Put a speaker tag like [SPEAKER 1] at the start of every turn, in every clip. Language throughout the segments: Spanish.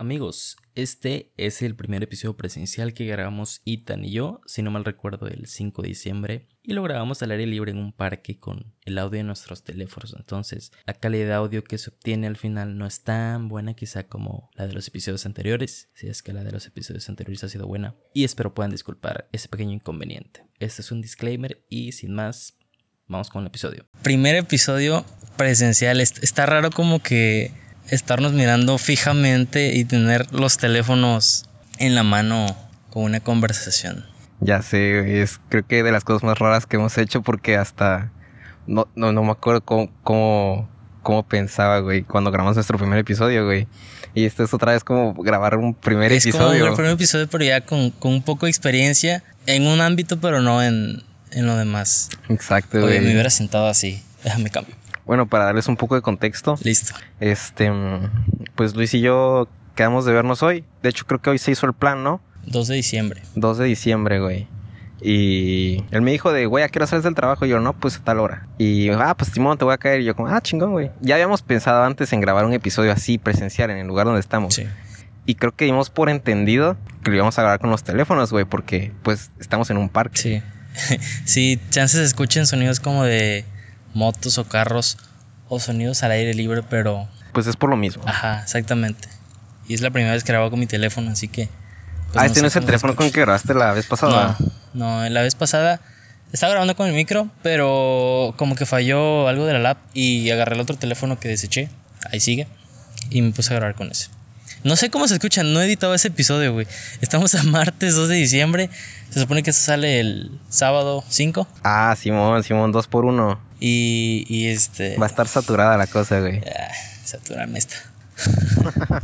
[SPEAKER 1] Amigos, este es el primer episodio presencial que grabamos Itan y yo, si no mal recuerdo, el 5 de diciembre, y lo grabamos al aire libre en un parque con el audio de nuestros teléfonos. Entonces, la calidad de audio que se obtiene al final no es tan buena quizá como la de los episodios anteriores, si es que la de los episodios anteriores ha sido buena, y espero puedan disculpar ese pequeño inconveniente. Este es un disclaimer y sin más, vamos con el episodio.
[SPEAKER 2] Primer episodio presencial. Est- Está raro como que estarnos mirando fijamente y tener los teléfonos en la mano con una conversación.
[SPEAKER 3] Ya sé, güey, es creo que de las cosas más raras que hemos hecho porque hasta no, no, no me acuerdo cómo, cómo, cómo pensaba, güey, cuando grabamos nuestro primer episodio, güey. Y esto es otra vez como grabar un primer
[SPEAKER 2] es
[SPEAKER 3] episodio.
[SPEAKER 2] como un primer episodio, pero ya con, con un poco de experiencia en un ámbito, pero no en, en lo demás.
[SPEAKER 3] Exacto,
[SPEAKER 2] Oye,
[SPEAKER 3] güey.
[SPEAKER 2] me hubiera sentado así. Déjame cambio.
[SPEAKER 3] Bueno, para darles un poco de contexto,
[SPEAKER 2] Listo.
[SPEAKER 3] este, mm, pues Luis y yo quedamos de vernos hoy. De hecho, creo que hoy se hizo el plan, ¿no?
[SPEAKER 2] 2 de diciembre.
[SPEAKER 3] 2 de diciembre, güey. Y él me dijo de, güey, ¿a qué hora sales del trabajo? Y yo, no, pues a tal hora. Y, ah, pues Timón, te voy a caer. Y yo como, ah, chingón, güey. Ya habíamos pensado antes en grabar un episodio así, presencial, en el lugar donde estamos.
[SPEAKER 2] Sí.
[SPEAKER 3] Y creo que dimos por entendido que lo íbamos a grabar con los teléfonos, güey, porque, pues, estamos en un parque.
[SPEAKER 2] Sí. sí, chances escuchen sonidos como de motos o carros o sonidos al aire libre, pero
[SPEAKER 3] Pues es por lo mismo.
[SPEAKER 2] Ajá, exactamente. Y es la primera vez que grabo con mi teléfono, así que. pues,
[SPEAKER 3] ah, este
[SPEAKER 2] sé
[SPEAKER 3] no es el
[SPEAKER 2] cómo
[SPEAKER 3] teléfono ah? con el
[SPEAKER 2] escuche.
[SPEAKER 3] que grabaste la vez pasada.
[SPEAKER 2] No, no, la vez pasada estaba grabando con el micro, pero como que falló algo de la lap y agarré el otro teléfono que deseché. Ahí sigue. Y me puse a grabar con ese. No sé cómo se escucha, no he editado ese episodio, güey. Estamos a martes 2 de diciembre. Se supone que sale el sábado 5.
[SPEAKER 3] Ah, Simón, Simón, dos por uno.
[SPEAKER 2] Y, y este.
[SPEAKER 3] Va a estar saturada la cosa, güey.
[SPEAKER 2] Ah, saturarme esta.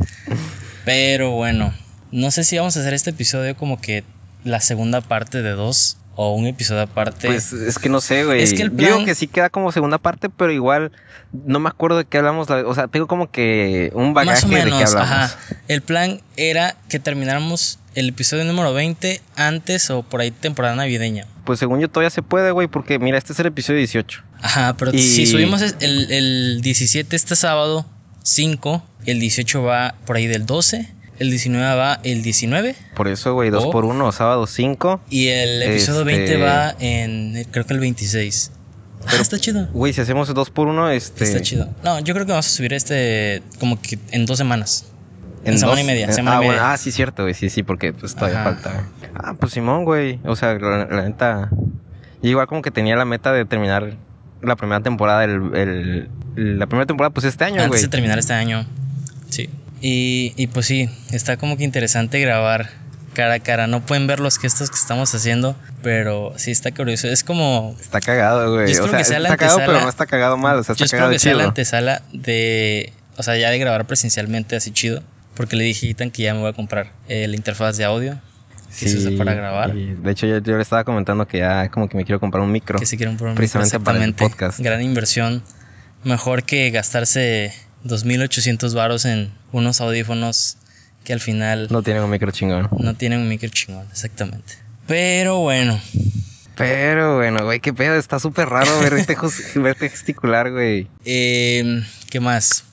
[SPEAKER 2] Pero bueno, no sé si vamos a hacer este episodio como que la segunda parte de dos o un episodio aparte.
[SPEAKER 3] Pues es que no sé, güey.
[SPEAKER 2] Es que el
[SPEAKER 3] Yo Digo
[SPEAKER 2] plan-
[SPEAKER 3] que sí queda como segunda parte, pero igual no me acuerdo de qué hablamos. la- O sea, tengo como que un bagaje
[SPEAKER 2] más o menos,
[SPEAKER 3] de qué hablamos.
[SPEAKER 2] ajá. El plan era que termináramos el episodio número 20 antes o por ahí temporada navideña.
[SPEAKER 3] Pues según yo todavía se puede, güey, porque mira, este es el episodio 18.
[SPEAKER 2] Ajá, pero
[SPEAKER 3] Y-
[SPEAKER 2] si subimos es- el, el 17 este sábado, 5, el 18 va por ahí del 12, el 19 va el 19
[SPEAKER 3] Por eso, güey, dos
[SPEAKER 2] Oh.
[SPEAKER 3] por uno, sábado 5.
[SPEAKER 2] Y el episodio
[SPEAKER 3] Este-
[SPEAKER 2] 20 va en, creo que el 26. Ah, está chido.
[SPEAKER 3] Güey, si hacemos dos por uno, este.
[SPEAKER 2] Está chido. No, yo creo que vamos a subir este como que en dos semanas. En semana y media,
[SPEAKER 3] en-
[SPEAKER 2] semana
[SPEAKER 3] ah,
[SPEAKER 2] y media.
[SPEAKER 3] bueno, ah, sí, cierto, güey, sí, sí, porque pues todavía
[SPEAKER 2] Ajá.
[SPEAKER 3] falta. güey. Ah, pues Simón, güey. O sea, la, la neta. yo igual como que tenía la meta de terminar la primera temporada, el, el- la primera temporada, pues este año,
[SPEAKER 2] antes
[SPEAKER 3] güey.
[SPEAKER 2] de terminar este año. Sí. Y, y pues sí, está como que interesante grabar cara a cara. No pueden ver los gestos que estamos haciendo, pero sí está curioso. Es como...
[SPEAKER 3] Está cagado, güey.
[SPEAKER 2] Yo espero
[SPEAKER 3] O sea,
[SPEAKER 2] que sea la
[SPEAKER 3] está cagado, pero
[SPEAKER 2] antesala.
[SPEAKER 3] no está cagado mal. O sea,
[SPEAKER 2] yo
[SPEAKER 3] está
[SPEAKER 2] espero
[SPEAKER 3] cagado
[SPEAKER 2] que sea la
[SPEAKER 3] chido.
[SPEAKER 2] antesala de... O sea, ya de grabar presencialmente así chido. Porque le dije a Ethan que ya me voy a comprar eh, la interfaz de audio. que se usa para grabar.
[SPEAKER 3] y de hecho, yo, yo le estaba comentando que ya como que me quiero comprar un micro.
[SPEAKER 2] que si quieren probar un micro,
[SPEAKER 3] precisamente para el
[SPEAKER 2] exactamente.
[SPEAKER 3] podcast.
[SPEAKER 2] Gran inversión. Mejor que gastarse 2.800 varos en unos audífonos que al final no,
[SPEAKER 3] No tiene un micro chingón.
[SPEAKER 2] tienen un micro chingón, exactamente. Pero bueno,
[SPEAKER 3] Pero bueno, güey, qué pedo. Está súper raro este verte, jos- verte gesticular, güey.
[SPEAKER 2] eh, ¿qué más?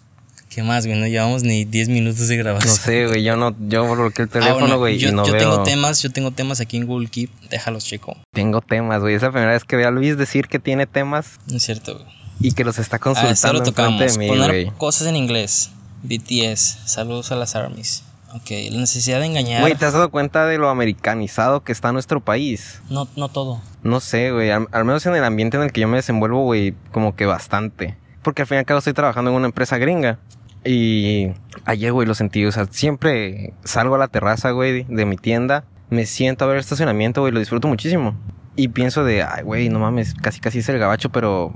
[SPEAKER 2] ¿Qué más, güey? No llevamos ni 10 minutos de
[SPEAKER 3] No
[SPEAKER 2] grabación.
[SPEAKER 3] sé, güey. Yo no, yo bloqueé
[SPEAKER 2] Pues,
[SPEAKER 3] el
[SPEAKER 2] Ah,
[SPEAKER 3] teléfono,
[SPEAKER 2] bueno,
[SPEAKER 3] güey.
[SPEAKER 2] yo
[SPEAKER 3] y no
[SPEAKER 2] yo
[SPEAKER 3] veo.
[SPEAKER 2] tengo temas, yo tengo temas aquí en Google Keep, déjalos chico.
[SPEAKER 3] Tengo temas, güey. Es la primera vez que veo a Luis decir que tiene temas
[SPEAKER 2] No es cierto, güey.
[SPEAKER 3] y que los
[SPEAKER 2] Ah,
[SPEAKER 3] está
[SPEAKER 2] esto
[SPEAKER 3] consultando
[SPEAKER 2] lo
[SPEAKER 3] enfrente
[SPEAKER 2] tocamos.
[SPEAKER 3] de mí,
[SPEAKER 2] Poner
[SPEAKER 3] güey.
[SPEAKER 2] cosas en inglés. BTS, saludos a las armies. Ok, la necesidad de engañar.
[SPEAKER 3] Güey, ¿te has dado cuenta de lo americanizado que está nuestro país?
[SPEAKER 2] No, no todo.
[SPEAKER 3] No sé, güey. Al, al menos en el ambiente en el que yo me desenvuelvo, güey, como que bastante. Porque al fin y al cabo estoy trabajando en una empresa gringa. Y ayer, güey, lo sentí. O sea, siempre salgo a la terraza, güey, de, de mi tienda. Me siento a ver el estacionamiento, güey, lo disfruto muchísimo. Y pienso de, ay, güey, no mames, casi casi es el gabacho, pero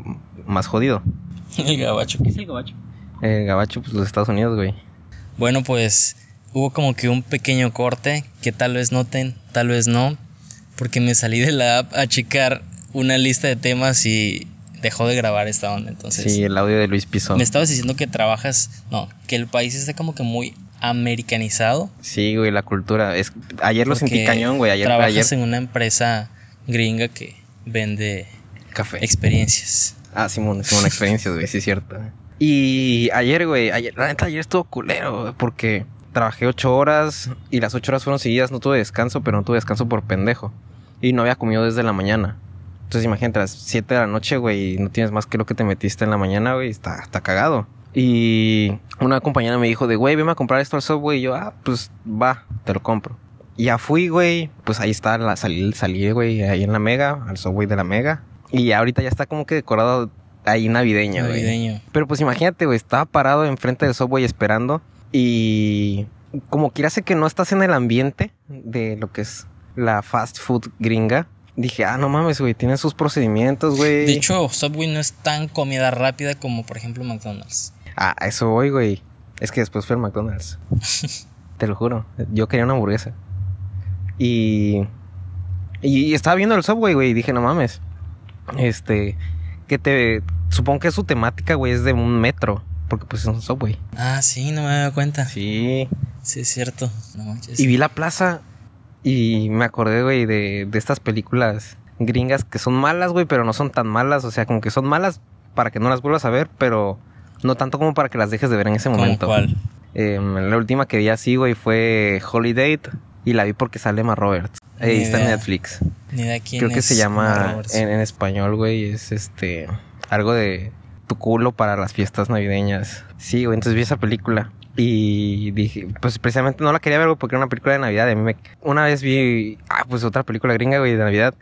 [SPEAKER 3] más jodido.
[SPEAKER 2] El gabacho. ¿Qué es el gabacho?
[SPEAKER 3] El gabacho, pues los Estados Unidos, güey.
[SPEAKER 2] Bueno, pues hubo como que un pequeño corte que tal vez noten, tal vez no, porque me salí de la app a checar una lista de temas y dejó de grabar esta onda. Entonces,
[SPEAKER 3] Sí, el audio de Luis Piso.
[SPEAKER 2] me estabas diciendo que trabajas, no, que el país está como que muy americanizado.
[SPEAKER 3] Sí, güey, la cultura. Es... Ayer lo
[SPEAKER 2] porque
[SPEAKER 3] sentí cañón, güey. Ayer, ayer.
[SPEAKER 2] trabajas en una empresa gringa que vende
[SPEAKER 3] Café.
[SPEAKER 2] experiencias.
[SPEAKER 3] Ah, Simón, Simón Experiencias, güey, sí es cierto. Y ayer, güey, ayer, la neta, ayer estuvo culero, güey, porque trabajé ocho horas y las ocho horas fueron seguidas, no tuve descanso, pero no tuve descanso por pendejo. Y no había comido desde la mañana. Entonces imagínate, a las 7 de la noche, güey, y no tienes más que lo que te metiste en la mañana, güey, está, está cagado. Y una compañera me dijo de, güey, veme a comprar esto al Subway. Y yo, ah, pues va, te lo compro. Y ya fui, güey, pues ahí está, la, salí, salí, güey, ahí en la Mega, al Subway de la Mega. Y ahorita ya está como que decorado ahí navideño, güey.
[SPEAKER 2] Navideño.
[SPEAKER 3] Pero pues imagínate, güey, estaba parado enfrente del subway esperando y como quiera sé que no estás en el ambiente de lo que es la fast food gringa. Dije, ah, no mames, güey, tienen sus procedimientos, güey.
[SPEAKER 2] De hecho, Subway no es tan comida rápida como, por ejemplo, McDonald's.
[SPEAKER 3] Ah, a eso voy, güey. Es que después fui al McDonald's. Te lo juro. Yo quería una hamburguesa. Y. Y, y estaba viendo el subway, güey, y dije, no mames. Este. Que te. Supongo que su temática, güey, es de un metro. Porque pues es un subway.
[SPEAKER 2] Ah, sí, no me había dado cuenta. Sí,
[SPEAKER 3] Sí.
[SPEAKER 2] es cierto. No manches.
[SPEAKER 3] Y vi la plaza y me acordé, güey, de, de estas películas gringas que son malas, güey, pero no son tan malas. O sea, como que son malas para que no las vuelvas a ver, pero no tanto como para que las dejes de ver en ese
[SPEAKER 2] ¿Cómo
[SPEAKER 3] momento.
[SPEAKER 2] cuál?
[SPEAKER 3] Em, la última que vi así, güey, fue Holiday y la vi porque sale Emma Roberts.
[SPEAKER 2] Ni
[SPEAKER 3] Eh, está en
[SPEAKER 2] idea.
[SPEAKER 3] Netflix.
[SPEAKER 2] Ni de quién
[SPEAKER 3] Creo que
[SPEAKER 2] es
[SPEAKER 3] se
[SPEAKER 2] Emma
[SPEAKER 3] llama
[SPEAKER 2] Roberts.
[SPEAKER 3] en, en español, güey, es este algo de tu culo para las fiestas navideñas. Sí, güey, entonces vi esa película y dije, pues precisamente no la quería ver güey, porque era una película de Navidad. y a mí me- una vez vi, ah, pues otra película gringa, güey, de Navidad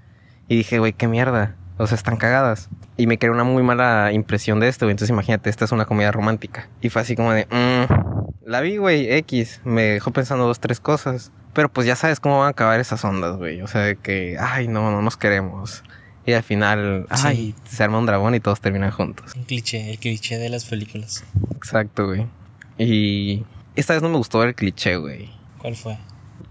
[SPEAKER 3] y dije, güey, qué mierda. O sea, están cagadas. Y me creó una muy mala impresión de esto, güey. Entonces imagínate, esta es una comedia romántica. Y fue así como de, mm, la vi, güey, X. Me dejó pensando dos, tres cosas. Pero pues ya sabes cómo van a acabar esas ondas, güey. O sea, de que, ay, no, no nos queremos. Y al final,
[SPEAKER 2] Sí.
[SPEAKER 3] ay, se arma un dragón y todos terminan juntos.
[SPEAKER 2] Un cliché, el cliché de las películas.
[SPEAKER 3] Exacto, güey. Y esta vez no me gustó el cliché, güey.
[SPEAKER 2] ¿Cuál fue?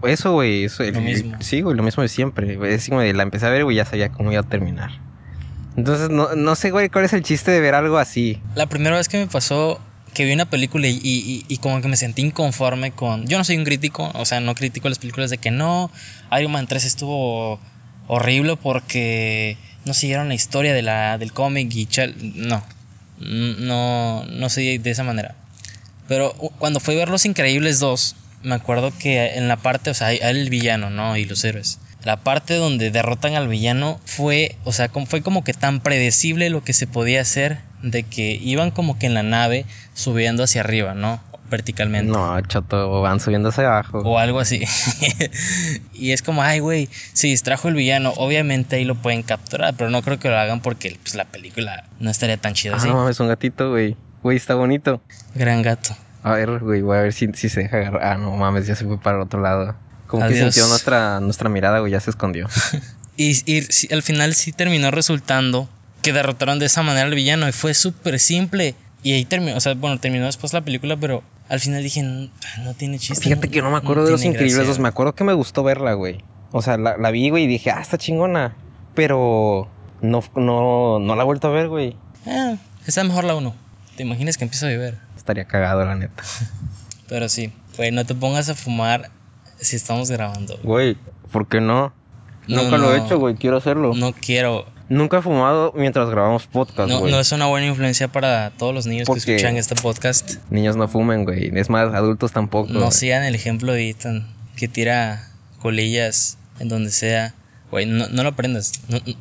[SPEAKER 3] Eso, güey, eso. el-
[SPEAKER 2] Lo mismo.
[SPEAKER 3] Sí, güey, lo mismo de siempre. güey. Es como de la empecé a ver, güey, ya sabía cómo iba a terminar. Entonces, no, no sé, güey, cuál es el chiste de ver algo así.
[SPEAKER 2] La primera vez que me pasó que vi una película y, y- y como que me sentí inconforme con... Yo no soy un crítico, o sea, no critico las películas de que no, Iron Man 3 estuvo horrible porque no siguieron la historia de la, del cómic y chal... No, N- no, no soy de esa manera. Pero u- cuando fui a ver Los Increíbles 2, me acuerdo que en la parte, o sea, hay, hay el villano, ¿no? Y los héroes. La parte donde derrotan al villano fue, o sea, como, fue como que tan predecible lo que se podía hacer de que iban como que en la nave subiendo hacia arriba, ¿no? Verticalmente.
[SPEAKER 3] No, chato, van subiendo hacia abajo.
[SPEAKER 2] O algo así. y es como, ay, güey, se distrajo el villano. Obviamente ahí lo pueden capturar, pero no creo que lo hagan porque pues, la película no estaría tan chida
[SPEAKER 3] ah,
[SPEAKER 2] así.
[SPEAKER 3] no mames, un gatito, güey. Güey, está bonito.
[SPEAKER 2] Gran gato.
[SPEAKER 3] A ver, güey, voy a ver si, si se deja agarrar. Ah, no mames, ya se fue para el otro lado. Como que
[SPEAKER 2] Adiós.
[SPEAKER 3] sintió nuestra, nuestra mirada, güey, ya se escondió.
[SPEAKER 2] Y, y sí, al final sí terminó resultando que derrotaron de esa manera al villano y fue súper simple. Y ahí terminó, o sea, bueno, terminó después la película, pero al final dije, "No, ah, no tiene chiste.
[SPEAKER 3] Fíjate que no me acuerdo de Los
[SPEAKER 2] tiene
[SPEAKER 3] Increíbles
[SPEAKER 2] gracia".
[SPEAKER 3] 2. Me acuerdo que me gustó verla, güey. O sea, la, la vi, güey, y dije, ah, está chingona. Pero no, no, no la he vuelto a ver, güey.
[SPEAKER 2] Ah, está mejor la 1. ¿Te imaginas que empieza a llover?
[SPEAKER 3] Estaría cagado, la neta.
[SPEAKER 2] Pero sí, güey, no te pongas a fumar si estamos grabando.
[SPEAKER 3] Güey, ¿por qué no?
[SPEAKER 2] No,
[SPEAKER 3] Nunca lo he
[SPEAKER 2] no.
[SPEAKER 3] hecho, güey. Quiero hacerlo.
[SPEAKER 2] No quiero.
[SPEAKER 3] Nunca he fumado mientras grabamos podcast,
[SPEAKER 2] No,
[SPEAKER 3] güey.
[SPEAKER 2] no es una buena influencia para todos los niños que
[SPEAKER 3] ¿Por qué?
[SPEAKER 2] escuchan este podcast.
[SPEAKER 3] Niños no fumen, güey. Es más, adultos tampoco.
[SPEAKER 2] No
[SPEAKER 3] güey.
[SPEAKER 2] sigan el ejemplo de Ethan, que tira colillas en donde sea. Güey, no, no lo aprendas. No, no.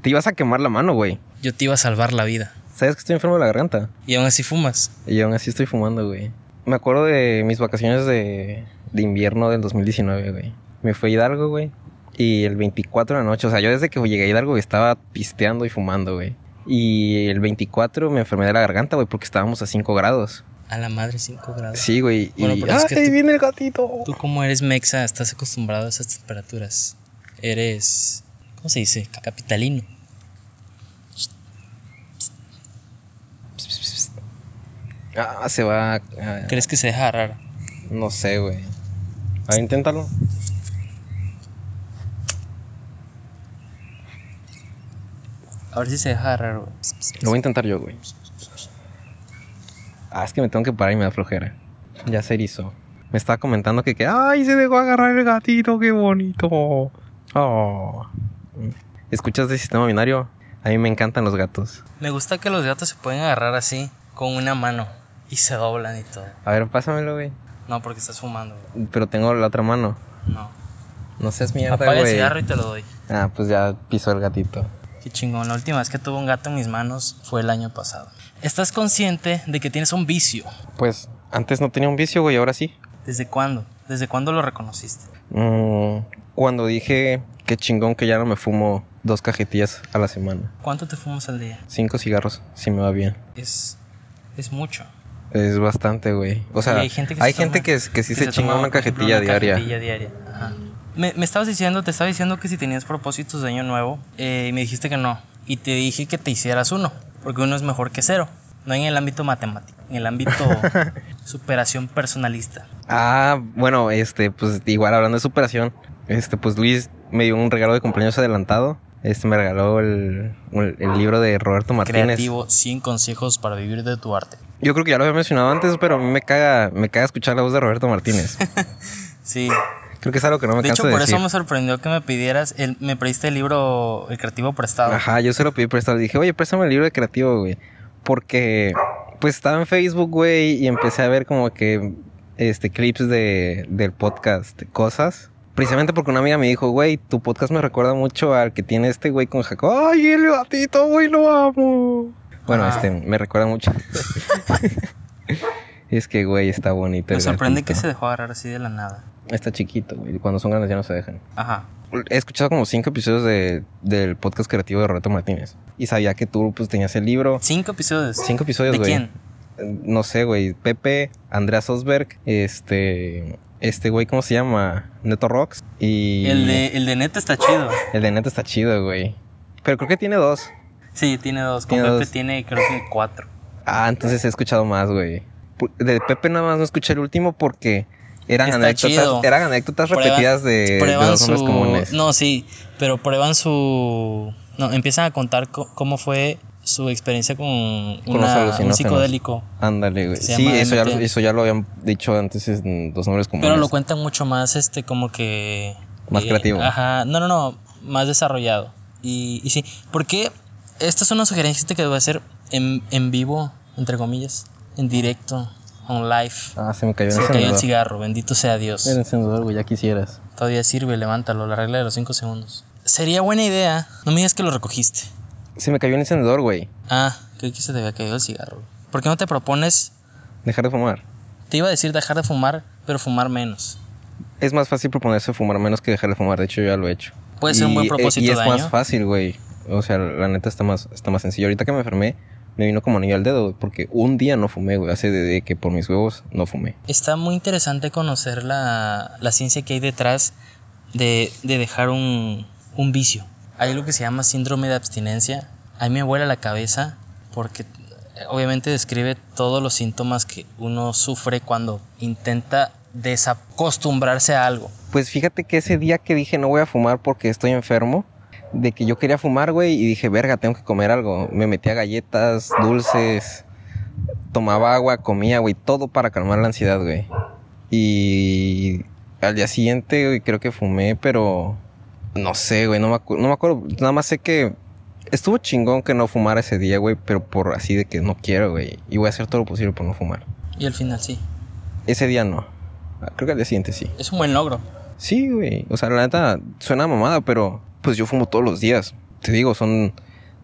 [SPEAKER 3] Te ibas a quemar la mano, güey.
[SPEAKER 2] yo te iba a salvar la vida.
[SPEAKER 3] ¿Sabes que estoy enfermo de la garganta?
[SPEAKER 2] Y aún así fumas.
[SPEAKER 3] Y aún así estoy fumando, güey. Me acuerdo de mis vacaciones de, de invierno del 2019, güey. Me fui a Hidalgo, güey. Y el 24 de la noche, o sea, yo desde que llegué a Hidalgo güey, estaba pisteando y fumando, güey. Y el 24 me enfermé de la garganta, güey, porque estábamos a 5 grados.
[SPEAKER 2] A la madre 5 grados.
[SPEAKER 3] Sí, güey.
[SPEAKER 2] Bueno,
[SPEAKER 3] y este
[SPEAKER 2] pero es que
[SPEAKER 3] ¡Ay,
[SPEAKER 2] tú-
[SPEAKER 3] viene el gatito!
[SPEAKER 2] Tú como eres mexa, estás acostumbrado a esas temperaturas. Eres... ¿Cómo se dice? Capitalino.
[SPEAKER 3] Ah, se va. ah,
[SPEAKER 2] ¿Crees que se deja agarrar?
[SPEAKER 3] no sé, güey. A ver, inténtalo.
[SPEAKER 2] A ver si se deja agarrar, güey.
[SPEAKER 3] Lo voy a intentar yo, güey. Ah, es que me tengo que parar y me da flojera. Ya se erizó. Me estaba comentando que, que ¡ay! Se dejó agarrar el gatito, qué bonito. Oh. ¿Escuchas de sistema binario? A mí me encantan los gatos.
[SPEAKER 2] Me gusta que los gatos se pueden agarrar así, con una mano. Y se doblan y todo.
[SPEAKER 3] A ver, pásamelo, güey.
[SPEAKER 2] No, porque estás fumando, güey.
[SPEAKER 3] Pero tengo la otra mano.
[SPEAKER 2] No.
[SPEAKER 3] No seas mierda,
[SPEAKER 2] Apaga el
[SPEAKER 3] güey.
[SPEAKER 2] cigarro y te lo doy.
[SPEAKER 3] Ah, pues ya pisó el gatito.
[SPEAKER 2] Qué chingón. La última vez que tuve un gato en mis manos fue el año pasado. ¿Estás consciente de que tienes un vicio?
[SPEAKER 3] Pues antes no tenía un vicio, güey, ahora sí.
[SPEAKER 2] ¿Desde cuándo? ¿Desde cuándo lo reconociste?
[SPEAKER 3] Mm, cuando dije que chingón que ya no me fumo dos cajetillas a la semana.
[SPEAKER 2] ¿Cuánto te fumas al día?
[SPEAKER 3] Cinco cigarros, si me va bien.
[SPEAKER 2] Es, es mucho.
[SPEAKER 3] Es bastante, güey. O sea,
[SPEAKER 2] Y
[SPEAKER 3] hay gente que,
[SPEAKER 2] toma-
[SPEAKER 3] que, sí se,
[SPEAKER 2] toma,
[SPEAKER 3] chinga una
[SPEAKER 2] por ejemplo,
[SPEAKER 3] cajetilla diaria.
[SPEAKER 2] cajetilla diaria. Ajá. Me, me estabas diciendo, te estaba diciendo que si tenías propósitos de año nuevo eh, y me dijiste que no. Y te dije que te hicieras uno, porque uno es mejor que cero. No en el ámbito matemático, en el ámbito superación personalista.
[SPEAKER 3] Ah, bueno, este, pues igual hablando de superación, este, pues Luis me dio un regalo de cumpleaños adelantado. Este me regaló el, el- el libro de Roberto Martínez.
[SPEAKER 2] Creativo, 100 consejos para vivir de tu arte.
[SPEAKER 3] Yo creo que ya lo había mencionado antes, pero a mí me caga, me caga escuchar la voz de Roberto Martínez.
[SPEAKER 2] Sí.
[SPEAKER 3] creo que es algo que no me
[SPEAKER 2] de hecho,
[SPEAKER 3] canso de
[SPEAKER 2] por
[SPEAKER 3] decir.
[SPEAKER 2] eso me sorprendió que me pidieras, el, me pediste el libro El Creativo Prestado.
[SPEAKER 3] Ajá, yo se lo pedí prestado. Le dije, oye, préstame el libro de creativo, güey. Porque, pues estaba en Facebook, güey, y empecé a ver como que, este, clips de, del podcast, cosas. Precisamente porque una amiga me dijo, güey, tu podcast me recuerda mucho al que tiene este güey con Jacob. ¡Ay, el gatito, güey, lo amo! Bueno,
[SPEAKER 2] Ah.
[SPEAKER 3] este, me recuerda mucho. es que, güey, está bonito.
[SPEAKER 2] me
[SPEAKER 3] el
[SPEAKER 2] sorprende que
[SPEAKER 3] gatito.
[SPEAKER 2] se dejó agarrar así de la nada.
[SPEAKER 3] Está chiquito, güey. y Cuando son grandes ya no se dejan.
[SPEAKER 2] Ajá.
[SPEAKER 3] He escuchado como cinco episodios de- del podcast creativo de Roberto Martínez. Y sabía que tú pues tenías el libro.
[SPEAKER 2] Cinco episodios.
[SPEAKER 3] Cinco episodios,
[SPEAKER 2] ¿De
[SPEAKER 3] güey.
[SPEAKER 2] quién?
[SPEAKER 3] Eh, No sé, güey. Pepe, Andrea Sosberg, este. Este güey, ¿cómo se llama? Neto Rocks. Y.
[SPEAKER 2] El de, el de neta está chido.
[SPEAKER 3] El de Neto está chido, güey. Pero creo que tiene dos.
[SPEAKER 2] Sí, tiene dos. Con
[SPEAKER 3] Tiene
[SPEAKER 2] Pepe
[SPEAKER 3] dos.
[SPEAKER 2] tiene creo que cuatro.
[SPEAKER 3] Ah, entonces he escuchado más, güey. Pu- De Pepe nada más no escuché el último porque eran
[SPEAKER 2] Está chido.
[SPEAKER 3] anécdotas, eran anécdotas
[SPEAKER 2] Prueban-
[SPEAKER 3] repetidas Eh, de, de
[SPEAKER 2] Prueban
[SPEAKER 3] los hombres
[SPEAKER 2] su...
[SPEAKER 3] comunes.
[SPEAKER 2] No, sí, pero prueban su... No, empiezan a contar co- cómo fue su experiencia con,
[SPEAKER 3] los
[SPEAKER 2] una- un
[SPEAKER 3] alucinógenos.
[SPEAKER 2] psicodélico.
[SPEAKER 3] Ándale, güey.
[SPEAKER 2] Se
[SPEAKER 3] Sí,
[SPEAKER 2] llama
[SPEAKER 3] eso ya, lo-
[SPEAKER 2] MT.
[SPEAKER 3] eso ya lo habían dicho antes en los nombres comunes.
[SPEAKER 2] Pero lo cuentan mucho más, este, como que... eh,
[SPEAKER 3] Más creativo.
[SPEAKER 2] Ajá, no, no, no, más desarrollado. Y, y sí, porque esta es una sugerencia que voy a hacer en, en vivo, entre comillas, en directo, on live.
[SPEAKER 3] Ah, se me cayó
[SPEAKER 2] Se
[SPEAKER 3] en
[SPEAKER 2] me cayó el
[SPEAKER 3] el encendedor.
[SPEAKER 2] cigarro, bendito sea Dios.
[SPEAKER 3] Era encendedor, güey, ya quisieras.
[SPEAKER 2] Todavía sirve, levántalo, la regla de los 5 segundos. Sería buena idea, no me digas que lo recogiste.
[SPEAKER 3] Se me cayó en el encendedor, güey.
[SPEAKER 2] Ah, creí que se te había caído el cigarro. ¿Por qué no te propones?
[SPEAKER 3] Dejar de fumar.
[SPEAKER 2] Te iba a decir dejar de fumar, pero fumar menos.
[SPEAKER 3] Es más fácil proponerse fumar menos que dejar de fumar. De hecho, yo ya lo he hecho.
[SPEAKER 2] Puede ser un buen
[SPEAKER 3] Y- eh,
[SPEAKER 2] propósito
[SPEAKER 3] Y es
[SPEAKER 2] de
[SPEAKER 3] más
[SPEAKER 2] año.
[SPEAKER 3] fácil, güey. O sea, la neta está más, está más sencillo. Ahorita que me enfermé, me vino como anillo al dedo, güey. Porque un día no fumé, güey. Hace desde que por mis huevos no fumé.
[SPEAKER 2] Está muy interesante conocer la, la ciencia que hay detrás de, de dejar un, un vicio. Hay lo que se llama síndrome de abstinencia. A mí me vuela la cabeza porque eh, obviamente describe todos los síntomas que uno sufre cuando intenta desacostumbrarse a algo.
[SPEAKER 3] Pues fíjate que ese día que dije no voy a fumar porque estoy enfermo, de que yo quería fumar, güey, y dije, verga, tengo que comer algo. Me metía galletas, dulces, tomaba agua, comía, güey, todo para calmar la ansiedad, güey. Y al día siguiente, güey, creo que fumé, pero no sé, güey, no me, acu- no me acuerdo. Nada más sé que estuvo chingón que no fumara ese día, güey, pero por así de que no quiero, güey, y voy a hacer todo lo posible por no fumar.
[SPEAKER 2] Y al final sí.
[SPEAKER 3] Ese día no. Creo que al día siguiente sí.
[SPEAKER 2] Es un buen logro.
[SPEAKER 3] Sí, güey. O sea, la neta suena mamada, pero pues yo fumo todos los días. Te digo, son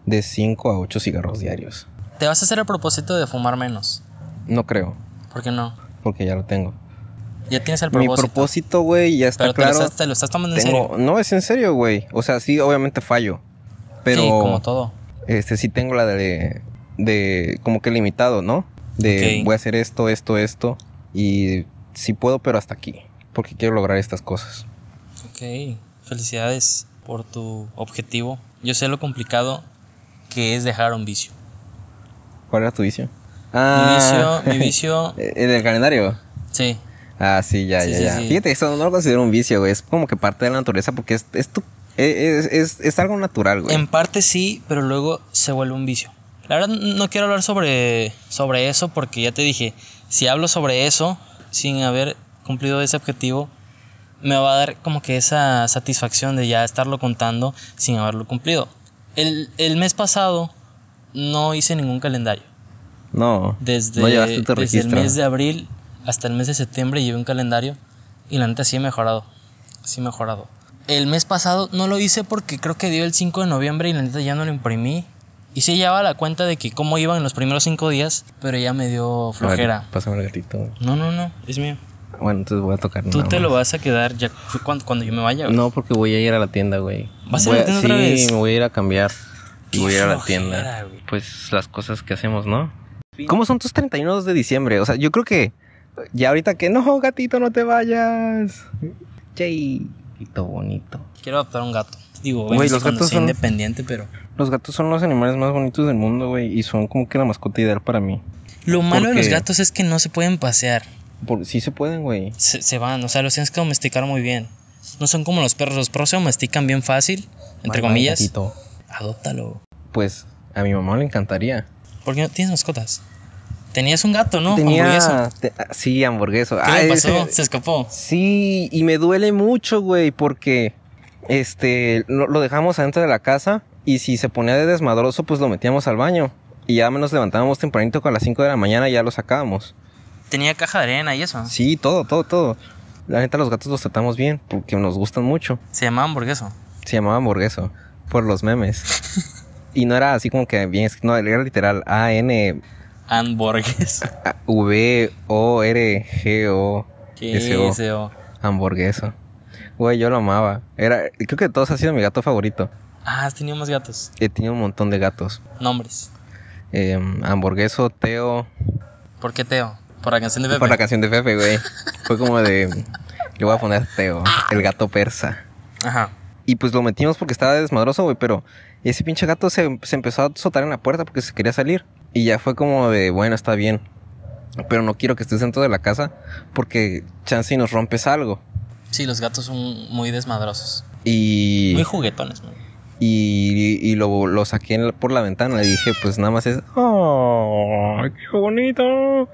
[SPEAKER 3] de 5 a 8 cigarros diarios.
[SPEAKER 2] Te vas a hacer el propósito de fumar menos.
[SPEAKER 3] No creo,
[SPEAKER 2] ¿Por qué no?
[SPEAKER 3] porque ya lo tengo.
[SPEAKER 2] Ya tienes el
[SPEAKER 3] Mi
[SPEAKER 2] propósito.
[SPEAKER 3] propósito, güey, ya está
[SPEAKER 2] pero te, lo
[SPEAKER 3] claro.
[SPEAKER 2] estás, te lo estás tomando en serio.
[SPEAKER 3] Tengo... No, es en serio, güey. O sea, sí, obviamente fallo. Pero
[SPEAKER 2] Sí, como todo.
[SPEAKER 3] este sí tengo la de, de como que limitado, ¿no? De
[SPEAKER 2] Ok.
[SPEAKER 3] voy a hacer esto, esto, esto. Y sí puedo, pero hasta aquí. Porque quiero lograr estas cosas.
[SPEAKER 2] Ok, felicidades por tu objetivo. Yo sé lo complicado que es dejar un vicio.
[SPEAKER 3] ¿Cuál era tu vicio?
[SPEAKER 2] Mi
[SPEAKER 3] Ah,
[SPEAKER 2] vicio, mi vicio,
[SPEAKER 3] ¿En el calendario?
[SPEAKER 2] sí,
[SPEAKER 3] Ah, sí, ya,
[SPEAKER 2] Sí,
[SPEAKER 3] ya,
[SPEAKER 2] sí,
[SPEAKER 3] ya.
[SPEAKER 2] sí.
[SPEAKER 3] Fíjate, eso no lo considero un vicio, güey. Es como que parte de la naturaleza porque es, es, tu- es, es- es algo natural, güey.
[SPEAKER 2] en parte sí, pero luego se vuelve un vicio. La verdad no quiero hablar sobre, sobre eso porque ya te dije, si hablo sobre eso sin haber cumplido ese objetivo, me va a dar como que esa satisfacción de ya estarlo contando sin haberlo cumplido. El, el mes pasado no hice ningún calendario.
[SPEAKER 3] No.
[SPEAKER 2] Desde,
[SPEAKER 3] no llevaste
[SPEAKER 2] desde
[SPEAKER 3] tu
[SPEAKER 2] el
[SPEAKER 3] registro.
[SPEAKER 2] mes de abril hasta el mes de septiembre llevé un calendario y la neta sí he mejorado. Sí he mejorado. El mes pasado no lo hice porque creo que dio el 5 de noviembre y la neta ya no lo imprimí. Y sí llevaba la cuenta de que cómo iban en los primeros 5 días, pero ya me dio
[SPEAKER 3] A ver,
[SPEAKER 2] flojera.
[SPEAKER 3] Pásame el gatito. güey.
[SPEAKER 2] No, no, no, es mío.
[SPEAKER 3] Bueno, entonces voy a tocar.
[SPEAKER 2] Tú
[SPEAKER 3] nada
[SPEAKER 2] te lo
[SPEAKER 3] más.
[SPEAKER 2] vas a quedar ya cu- cuando, cuando yo me vaya. güey.
[SPEAKER 3] No, porque voy a ir a la tienda, güey.
[SPEAKER 2] ¿Vas a
[SPEAKER 3] Voy
[SPEAKER 2] la tienda
[SPEAKER 3] sí,
[SPEAKER 2] otra vez?
[SPEAKER 3] me voy a ir a cambiar.
[SPEAKER 2] Qué
[SPEAKER 3] Y voy a ir a la
[SPEAKER 2] flojera,
[SPEAKER 3] tienda.
[SPEAKER 2] güey.
[SPEAKER 3] Pues las cosas que hacemos, ¿no? ¿Cómo son tus 31 de diciembre? O sea, yo creo que ya ahorita que no, gatito, no te vayas. Yay. Gatito bonito.
[SPEAKER 2] Quiero adoptar un gato. Digo,
[SPEAKER 3] Güey,
[SPEAKER 2] bueno,
[SPEAKER 3] los
[SPEAKER 2] cuando
[SPEAKER 3] gatos
[SPEAKER 2] sea
[SPEAKER 3] son-
[SPEAKER 2] independiente, pero...
[SPEAKER 3] Los gatos son los animales más bonitos del mundo, güey, y son como que la mascota ideal para mí.
[SPEAKER 2] Lo malo de los
[SPEAKER 3] Porque-
[SPEAKER 2] gatos es que no se pueden pasear.
[SPEAKER 3] Por, sí se pueden, güey.
[SPEAKER 2] se, se van, o sea, los tienes que domesticar muy bien. No son como los perros, los perros se domestican bien fácil, entre
[SPEAKER 3] Bye, bye,
[SPEAKER 2] comillas.
[SPEAKER 3] gatito.
[SPEAKER 2] Adóptalo.
[SPEAKER 3] Pues a mi mamá le encantaría.
[SPEAKER 2] ¿Por qué no tienes mascotas? Tenías un gato, ¿no? Hamburgueso.
[SPEAKER 3] Tenía... te- ah, sí, hamburgueso.
[SPEAKER 2] ¿Qué
[SPEAKER 3] Ah,
[SPEAKER 2] le
[SPEAKER 3] ese-
[SPEAKER 2] pasó? Se escapó.
[SPEAKER 3] Sí, y me duele mucho, güey, porque este lo, lo dejamos adentro de la casa y si se ponía de desmadroso, pues lo metíamos al baño. Y ya nos levantábamos tempranito con las 5 de la mañana y ya lo sacábamos.
[SPEAKER 2] Tenía caja de arena y eso.
[SPEAKER 3] Sí, todo, todo, todo. La neta, los gatos los tratamos bien porque nos gustan mucho.
[SPEAKER 2] Se llamaba hamburgueso.
[SPEAKER 3] Se llamaba hamburgueso por los memes. y no era así como que bien, escrito, no, era literal A N
[SPEAKER 2] Hamburgueso.
[SPEAKER 3] A- V O R G O
[SPEAKER 2] ¿Qué
[SPEAKER 3] S O.
[SPEAKER 2] deseo.
[SPEAKER 3] hamburgueso. Güey, yo lo amaba. Era, creo que de todos ha sido mi gato favorito.
[SPEAKER 2] Ah, has tenido más gatos.
[SPEAKER 3] He tenido un montón de gatos.
[SPEAKER 2] Nombres.
[SPEAKER 3] Eh, hamburgueso, Teo.
[SPEAKER 2] ¿Por qué Teo? Por la canción de Pepe.
[SPEAKER 3] Por la canción de Pepe, güey. Fue como de. Le voy a poner Teo, el gato persa.
[SPEAKER 2] Ajá.
[SPEAKER 3] Y pues lo metimos porque estaba desmadroso, güey. Pero ese pinche gato se, se empezó a soltar en la puerta porque se quería salir. Y ya fue como de, bueno, está bien. Pero no quiero que estés dentro de la casa porque chance y nos rompes algo.
[SPEAKER 2] Sí, los gatos son muy desmadrosos.
[SPEAKER 3] Y.
[SPEAKER 2] Muy juguetones, güey.
[SPEAKER 3] Y, y lo, lo saqué en la- por la ventana. Y dije, pues nada más es. ¡Oh! ¡Qué bonito!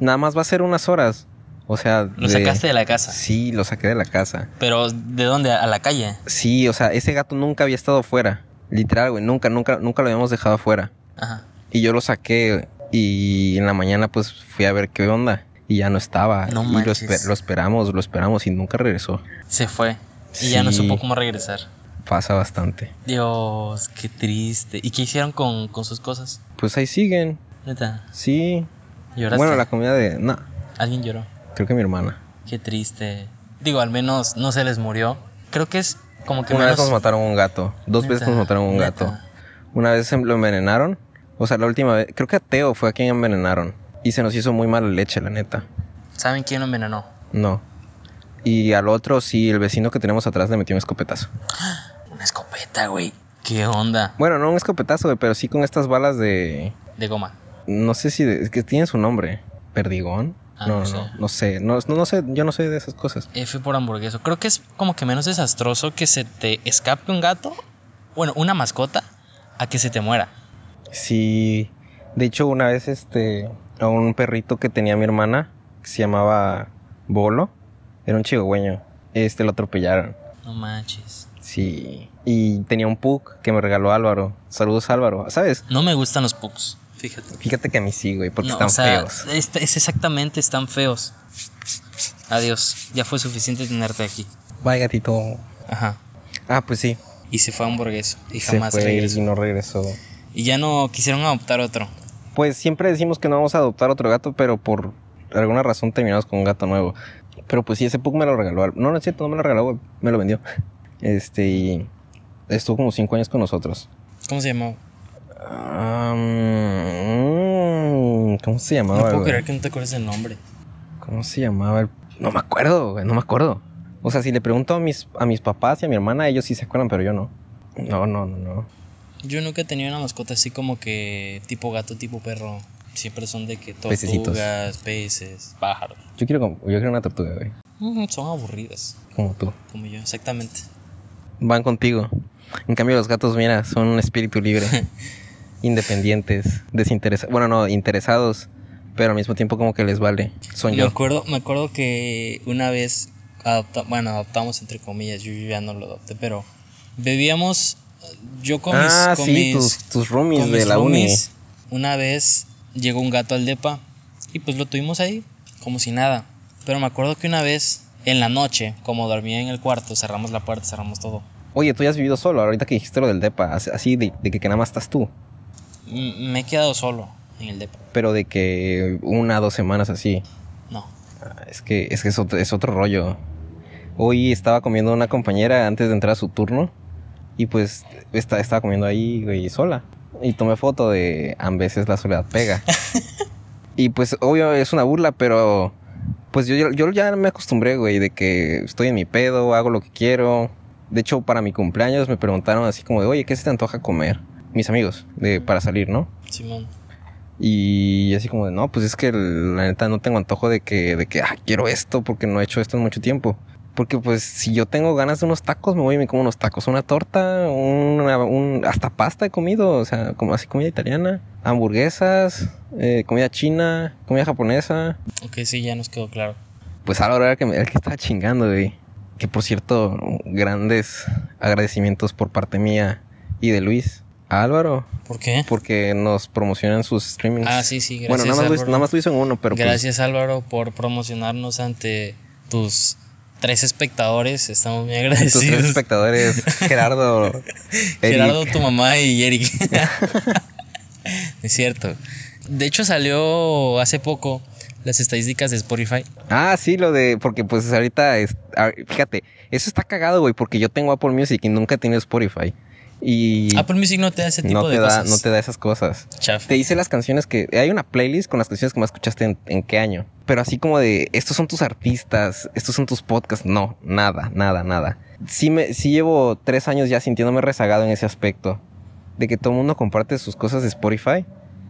[SPEAKER 3] Nada más va a ser unas horas. O sea.
[SPEAKER 2] Lo sacaste de la casa.
[SPEAKER 3] Sí, lo saqué de la casa.
[SPEAKER 2] Pero ¿de dónde? A la calle.
[SPEAKER 3] Sí, o sea, ese gato nunca había estado afuera. Literal, güey. Nunca, nunca, nunca lo habíamos dejado afuera.
[SPEAKER 2] Ajá.
[SPEAKER 3] Y yo lo saqué. Y en la mañana, pues fui a ver qué onda. Y ya no estaba.
[SPEAKER 2] No
[SPEAKER 3] y lo,
[SPEAKER 2] manches.
[SPEAKER 3] esper- lo esperamos, lo esperamos. Y nunca regresó.
[SPEAKER 2] Se fue. Y ya no
[SPEAKER 3] Sí.
[SPEAKER 2] supo cómo regresar.
[SPEAKER 3] Pasa bastante.
[SPEAKER 2] Dios, qué triste. ¿Y qué hicieron con, con sus cosas?
[SPEAKER 3] Pues ahí siguen.
[SPEAKER 2] Neta,
[SPEAKER 3] Sí.
[SPEAKER 2] lloraste.
[SPEAKER 3] Bueno, la comida de. No,
[SPEAKER 2] Alguien lloró.
[SPEAKER 3] creo que mi hermana.
[SPEAKER 2] Qué triste. Digo, al menos no se les murió. Creo que es como que
[SPEAKER 3] Una vez
[SPEAKER 2] menos-
[SPEAKER 3] nos mataron un gato. Dos
[SPEAKER 2] Neta,
[SPEAKER 3] veces nos mataron un
[SPEAKER 2] neta.
[SPEAKER 3] gato. Una vez em- lo envenenaron. O sea, la última vez. Creo que a Teo fue a quien envenenaron. Y se nos hizo muy mala leche, la neta.
[SPEAKER 2] ¿Saben quién lo envenenó?
[SPEAKER 3] No. Y al otro, sí, el vecino que tenemos atrás le metió un escopetazo.
[SPEAKER 2] Una escopeta, güey. ¿Qué onda?
[SPEAKER 3] Bueno, no un escopetazo, güey, pero sí con estas balas de.
[SPEAKER 2] De goma.
[SPEAKER 3] No sé si. de- Es que tienen su nombre. ¿Perdigón?
[SPEAKER 2] Ah, no
[SPEAKER 3] no, no,
[SPEAKER 2] sé.
[SPEAKER 3] no, no sé. No, no, no sé. Yo no sé de esas cosas.
[SPEAKER 2] F Eh, por hamburgueso. Creo que es como que menos desastroso que se te escape un gato, bueno, una mascota, a que se te muera.
[SPEAKER 3] Sí. De hecho, una vez este. A un perrito que tenía mi hermana. Que se llamaba Bolo. Era un chihuahueño. Este lo atropellaron.
[SPEAKER 2] No manches.
[SPEAKER 3] Sí. Y tenía un pug que me regaló Álvaro. Saludos, Álvaro. ¿Sabes?
[SPEAKER 2] No me gustan los pugs. Fíjate.
[SPEAKER 3] Fíjate que a mí sí, güey, porque
[SPEAKER 2] No,
[SPEAKER 3] están
[SPEAKER 2] o sea,
[SPEAKER 3] feos.
[SPEAKER 2] Es, es exactamente, están feos. Adiós, ya fue suficiente tenerte aquí.
[SPEAKER 3] Bye, gatito.
[SPEAKER 2] Ajá.
[SPEAKER 3] Ah, pues sí.
[SPEAKER 2] Y se fue a hamburgueso y
[SPEAKER 3] se
[SPEAKER 2] jamás
[SPEAKER 3] fue
[SPEAKER 2] regresó.
[SPEAKER 3] y no regresó.
[SPEAKER 2] Y ya no quisieron adoptar otro.
[SPEAKER 3] Pues siempre decimos que no vamos a adoptar otro gato, pero por alguna razón terminamos con un gato nuevo. Pero pues sí, ese pug me lo regaló. Al- No, no es cierto, no me lo regaló, güey, me lo vendió. Este, y estuvo como cinco años con nosotros.
[SPEAKER 2] ¿Cómo se llamó?
[SPEAKER 3] Ah, mm, ¿Cómo se
[SPEAKER 2] No
[SPEAKER 3] llamaba?
[SPEAKER 2] puedo
[SPEAKER 3] güey?
[SPEAKER 2] creer que no te acuerdes del nombre.
[SPEAKER 3] ¿Cómo se llamaba? el- No me acuerdo, güey, no me acuerdo. O sea, si le pregunto a mis, a mis papás y a mi hermana, ellos sí se acuerdan, pero yo no. No, no, no, no.
[SPEAKER 2] Yo nunca he tenido una mascota así como que tipo gato, tipo perro. Siempre son de que
[SPEAKER 3] Pececitos.
[SPEAKER 2] tortugas, peces, pájaros.
[SPEAKER 3] Yo quiero, como- yo quiero una tortuga, güey.
[SPEAKER 2] Mm, son aburridas,
[SPEAKER 3] Como tú.
[SPEAKER 2] como yo, exactamente.
[SPEAKER 3] Van contigo. En cambio, los gatos, mira, son un espíritu libre. independientes, desinteresados. Bueno, no, interesados, pero al mismo tiempo como que les vale. Son
[SPEAKER 2] Me
[SPEAKER 3] yo.
[SPEAKER 2] acuerdo, me acuerdo que una vez adopta, bueno, adoptamos entre comillas, yo ya no lo adopté, pero vivíamos yo con mis,
[SPEAKER 3] ah,
[SPEAKER 2] con
[SPEAKER 3] sí,
[SPEAKER 2] mis-
[SPEAKER 3] tus, tus
[SPEAKER 2] con
[SPEAKER 3] roomies de
[SPEAKER 2] mis
[SPEAKER 3] la uni.
[SPEAKER 2] roomies, Una vez llegó un gato al depa y pues lo tuvimos ahí, como si nada. Pero me acuerdo que una vez, en la noche, como dormía en el cuarto, cerramos la puerta, cerramos todo.
[SPEAKER 3] Oye, tú ya has vivido solo, ahorita que dijiste lo del DEPA, así- así de, de que, que nada más estás tú,
[SPEAKER 2] M- me he quedado solo en el depa.
[SPEAKER 3] pero de que una, dos semanas así.
[SPEAKER 2] No.
[SPEAKER 3] Ah, Es que es, que es, otro, es otro rollo. Hoy estaba comiendo una compañera antes de entrar a su turno y pues esta- estaba comiendo ahí, güey, sola. Y tomé foto de a veces la soledad pega. y pues obvio es una burla, pero pues yo, yo, yo ya me acostumbré, güey, de que estoy en mi pedo, hago lo que quiero. De hecho, para mi cumpleaños me preguntaron así como de, oye, ¿qué se te antoja comer? Mis amigos, de, para salir, ¿no?
[SPEAKER 2] Simón.
[SPEAKER 3] Y así como de, no, pues es que la neta no tengo antojo de que, de que, ah, quiero esto porque no he hecho esto en mucho tiempo. Porque pues si yo tengo ganas de unos tacos, me voy y me como unos tacos, una torta, una, un, hasta pasta he comido, o sea, como así comida italiana, hamburguesas, eh, comida china, comida japonesa.
[SPEAKER 2] Ok, sí, ya nos quedó claro.
[SPEAKER 3] Pues a la hora que, me, el que estaba chingando, güey. Que por cierto, grandes agradecimientos por parte mía y de Luis. A Álvaro,
[SPEAKER 2] ¿Por qué?
[SPEAKER 3] porque nos promocionan sus streamings.
[SPEAKER 2] Ah, sí, sí,
[SPEAKER 3] Pues, Bueno,
[SPEAKER 2] gracias.
[SPEAKER 3] nada más, lo hizo,
[SPEAKER 2] Álvaro.
[SPEAKER 3] nada más lo hizo en uno, pero pues,
[SPEAKER 2] gracias, Álvaro, por promocionarnos ante tus tres espectadores. Estamos muy
[SPEAKER 3] tus tres
[SPEAKER 2] agradecidos.
[SPEAKER 3] espectadores, Gerardo, Eric,
[SPEAKER 2] pues. Gerardo, tu mamá y Eric. es cierto. De hecho, salió hace poco las estadísticas de Spotify.
[SPEAKER 3] Ah, sí, lo de, porque pues ahorita, es- ah, fíjate, eso está cagado, güey, porque yo tengo Apple Music y nunca he tenido Spotify. Y
[SPEAKER 2] Apple Music no te da Ah, ese tipo
[SPEAKER 3] no,
[SPEAKER 2] de
[SPEAKER 3] te da,
[SPEAKER 2] cosas.
[SPEAKER 3] no te da esas cosas.
[SPEAKER 2] Chafa.
[SPEAKER 3] Te dice las canciones que... Hay una playlist con las canciones que más escuchaste en, en qué año. Pero así como de, estos son tus artistas, estos son tus podcasts. No, nada, nada, nada. Sí, me, sí llevo tres años ya sintiéndome rezagado en ese aspecto. De que todo el mundo comparte sus cosas de Spotify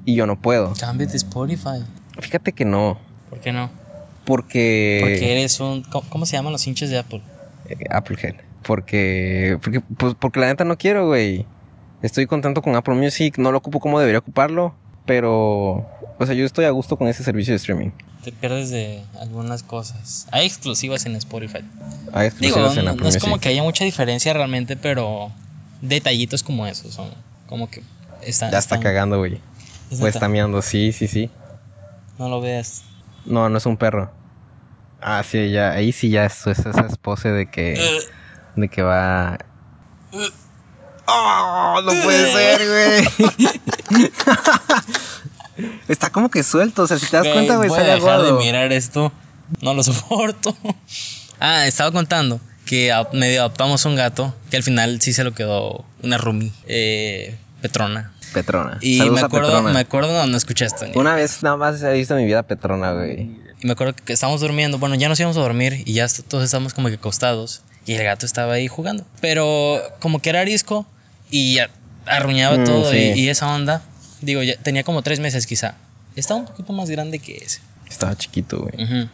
[SPEAKER 3] y yo no puedo.
[SPEAKER 2] Cámbiate Spotify.
[SPEAKER 3] Fíjate que no.
[SPEAKER 2] ¿Por qué no?
[SPEAKER 3] Porque.
[SPEAKER 2] Porque eres un. ¿Cómo, cómo se llaman los hinchas de Apple?
[SPEAKER 3] eh, Applehead. Porque. Porque, pues, porque la neta no quiero, güey. Estoy contento con Apple Music. No lo ocupo como debería ocuparlo. Pero. O sea, yo estoy a gusto con ese servicio de streaming.
[SPEAKER 2] Te pierdes de algunas cosas. Hay exclusivas en Spotify.
[SPEAKER 3] Hay
[SPEAKER 2] Digo,
[SPEAKER 3] exclusivas
[SPEAKER 2] no,
[SPEAKER 3] en
[SPEAKER 2] no
[SPEAKER 3] Apple
[SPEAKER 2] es
[SPEAKER 3] Music.
[SPEAKER 2] como que haya mucha diferencia realmente, pero detallitos como esos son como que están.
[SPEAKER 3] Ya está pues,
[SPEAKER 2] están-
[SPEAKER 3] cagando, güey.
[SPEAKER 2] es
[SPEAKER 3] O
[SPEAKER 2] neta,
[SPEAKER 3] está meando. Sí, sí, sí.
[SPEAKER 2] No lo veas.
[SPEAKER 3] No, no es un perro. Ah, sí, ya. Ahí sí ya es, es esa pose de que.
[SPEAKER 2] Eh,
[SPEAKER 3] De que va.
[SPEAKER 2] Ah,
[SPEAKER 3] ¡Oh! No puede ser, güey. Está como que suelto, o sea, si te das
[SPEAKER 2] güey,
[SPEAKER 3] cuenta, güey,
[SPEAKER 2] voy a
[SPEAKER 3] sale
[SPEAKER 2] dejar de
[SPEAKER 3] aguado.
[SPEAKER 2] mirar esto. No lo soporto. ah, estaba contando que a- medio adoptamos un gato que al final sí se lo quedó una roomie, eh, Petrona.
[SPEAKER 3] Petrona.
[SPEAKER 2] Y
[SPEAKER 3] Saludos
[SPEAKER 2] me
[SPEAKER 3] a
[SPEAKER 2] acuerdo,
[SPEAKER 3] Petrona.
[SPEAKER 2] me acuerdo, no, no escuchaste. Daniel.
[SPEAKER 3] Una vez nada más he visto en mi vida a Petrona, güey.
[SPEAKER 2] Y me acuerdo que estábamos durmiendo, bueno, ya nos íbamos a dormir y ya est- todos estábamos como que acostados y el gato estaba ahí jugando. Pero como que era arisco y a- arruinaba
[SPEAKER 3] Mm,
[SPEAKER 2] todo
[SPEAKER 3] sí.
[SPEAKER 2] y, y esa onda, digo, ya tenía como tres meses quizá. Estaba un poquito más grande que ese.
[SPEAKER 3] Estaba chiquito, güey.
[SPEAKER 2] Ujú.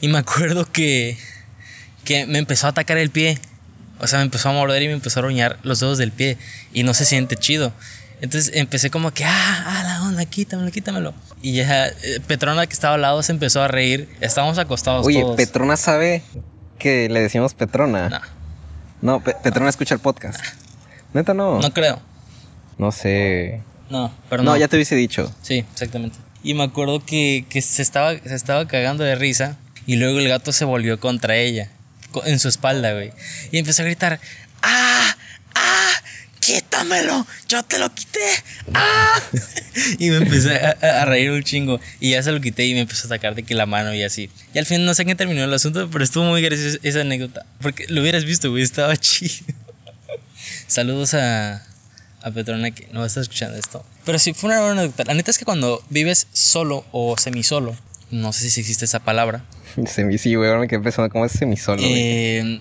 [SPEAKER 2] Y me acuerdo que, que me empezó a atacar el pie. O sea, me empezó a morder y me empezó a ruñar los dedos del pie. Y no se siente chido. Entonces empecé como que, ah, ah, la onda, quítamelo, quítamelo. Y ya eh, Petrona que estaba al lado se empezó a reír. Estábamos acostados
[SPEAKER 3] Oye,
[SPEAKER 2] todos.
[SPEAKER 3] Petrona sabe que le decimos Petrona.
[SPEAKER 2] No,
[SPEAKER 3] No, Pe- Petrona escucha el podcast. Neta, no. No,
[SPEAKER 2] no creo.
[SPEAKER 3] sé.
[SPEAKER 2] No,
[SPEAKER 3] No,
[SPEAKER 2] pero no.
[SPEAKER 3] ya te hubiese dicho.
[SPEAKER 2] Sí, exactamente. Y me acuerdo que, que se, estaba, se estaba cagando de risa y luego el gato se volvió contra ella, co- en su espalda, güey. Y empezó a gritar, ¡ah! ¡ah! ¡Quítamelo! ¡Yo te lo quité! ¡ah! y me empecé a, a- a reír un chingo y ya se lo quité y me empezó a atacar de que la mano y así. Y al final no sé qué terminó el asunto, pero estuvo muy graciosa esa anécdota. Porque lo hubieras visto, güey, estaba chido. Saludos a, a Petrona que no está escuchando esto. Pero sí, fue una buena anécdota. La neta es que cuando vives solo o semisolo, no sé si existe esa palabra,
[SPEAKER 3] Semi, sí, güey, ahora me quedé pensando cómo es semisolo, güey.
[SPEAKER 2] eh,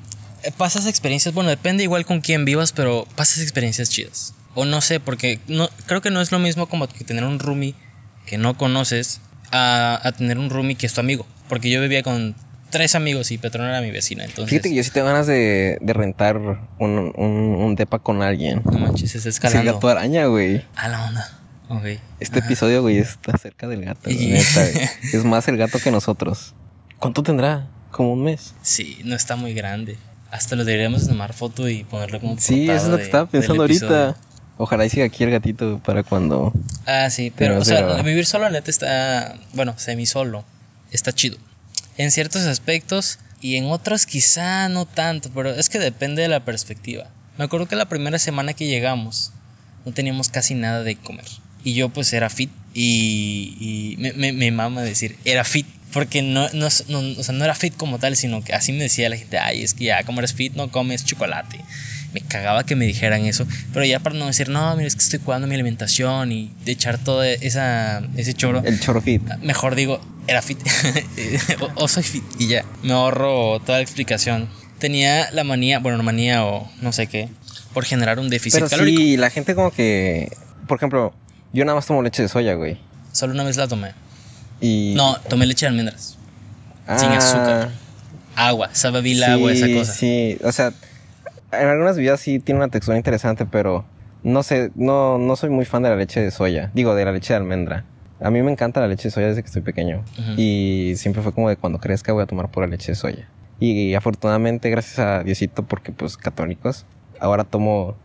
[SPEAKER 2] pasas experiencias, bueno, depende igual con quién vivas, pero pasas experiencias chidas. O no sé, porque no, creo que no es lo mismo como que tener un roomie que no conoces a, a tener un roomie que es tu amigo. Porque yo vivía con tres amigos y Petrona era mi vecina, entonces...
[SPEAKER 3] Fíjate que yo sí tengo ganas de, de rentar un, un, un depa con alguien.
[SPEAKER 2] No manches, se está
[SPEAKER 3] Es el
[SPEAKER 2] escalando.
[SPEAKER 3] gato araña, güey.
[SPEAKER 2] A la onda. Ok.
[SPEAKER 3] Este
[SPEAKER 2] Ajá.
[SPEAKER 3] episodio, güey, está cerca del gato, la
[SPEAKER 2] Y-
[SPEAKER 3] neta, güey. Es más el gato que nosotros. ¿Cuánto tendrá? ¿Como un mes?
[SPEAKER 2] Sí, no está muy grande. Hasta lo deberíamos tomar foto y ponerlo como
[SPEAKER 3] Sí, eso es lo
[SPEAKER 2] portada
[SPEAKER 3] que estaba
[SPEAKER 2] de- del
[SPEAKER 3] pensando
[SPEAKER 2] episodio.
[SPEAKER 3] ahorita. Ojalá y siga aquí el gatito para cuando.
[SPEAKER 2] Ah, sí, pero,
[SPEAKER 3] Pero,
[SPEAKER 2] o sea,
[SPEAKER 3] pero-
[SPEAKER 2] vivir solo, la neta, está, bueno, semi-solo, está chido. En ciertos aspectos y en otros quizá no tanto, pero es que depende de la perspectiva. Me acuerdo que la primera semana que llegamos no teníamos casi nada de comer. Y yo pues era fit y, y me, me, me mama decir, era fit, porque no, no, es- no- o sea, no era fit como tal, sino que así me decía la gente, ay, es que ya como eres fit no comes chocolate. Me cagaba que me dijeran eso, pero ya para no decir, no, mira, es que estoy cuidando mi alimentación y de echar todo esa, ese choro.
[SPEAKER 3] El chorfit.
[SPEAKER 2] Mejor digo, era fit. o, o soy fit. Y ya. Me ahorro toda la explicación. Tenía la manía, bueno, no manía o no sé qué, por generar un déficit
[SPEAKER 3] Pero
[SPEAKER 2] calórico.
[SPEAKER 3] sí, la gente como que. Por ejemplo, yo nada más tomo leche de soya, güey.
[SPEAKER 2] Solo una vez la tomé.
[SPEAKER 3] Y.
[SPEAKER 2] No, tomé leche de almendras.
[SPEAKER 3] Ah,
[SPEAKER 2] sin azúcar. Agua, sabe vil agua, esa
[SPEAKER 3] sí,
[SPEAKER 2] cosa.
[SPEAKER 3] Sí, o sea, en algunas bebidas sí tiene una textura interesante, pero no sé, no, no soy muy fan de la leche de soya. Digo, de la leche de almendra. A mí me encanta la leche de soya desde que estoy pequeño.
[SPEAKER 2] Ujú.
[SPEAKER 3] Y siempre fue como de cuando crezca voy a tomar pura leche de soya. Y, afortunadamente, gracias a Diosito, porque pues católicos, ahora tomo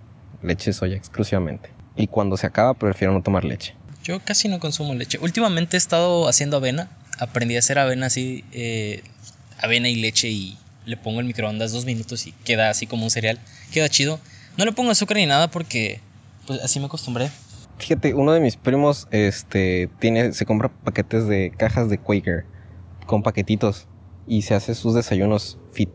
[SPEAKER 3] leche de soya exclusivamente. Y cuando se acaba, prefiero no tomar leche.
[SPEAKER 2] Yo casi no consumo leche. Últimamente he estado haciendo avena. Aprendí a hacer avena así, eh, avena y leche y le pongo el microondas dos minutos y queda así como un cereal. Queda chido. No le pongo azúcar ni nada porque pues así me acostumbré.
[SPEAKER 3] Fíjate, uno de mis primos este, tiene, se compra paquetes de cajas de Quaker con paquetitos y se hace sus desayunos fit.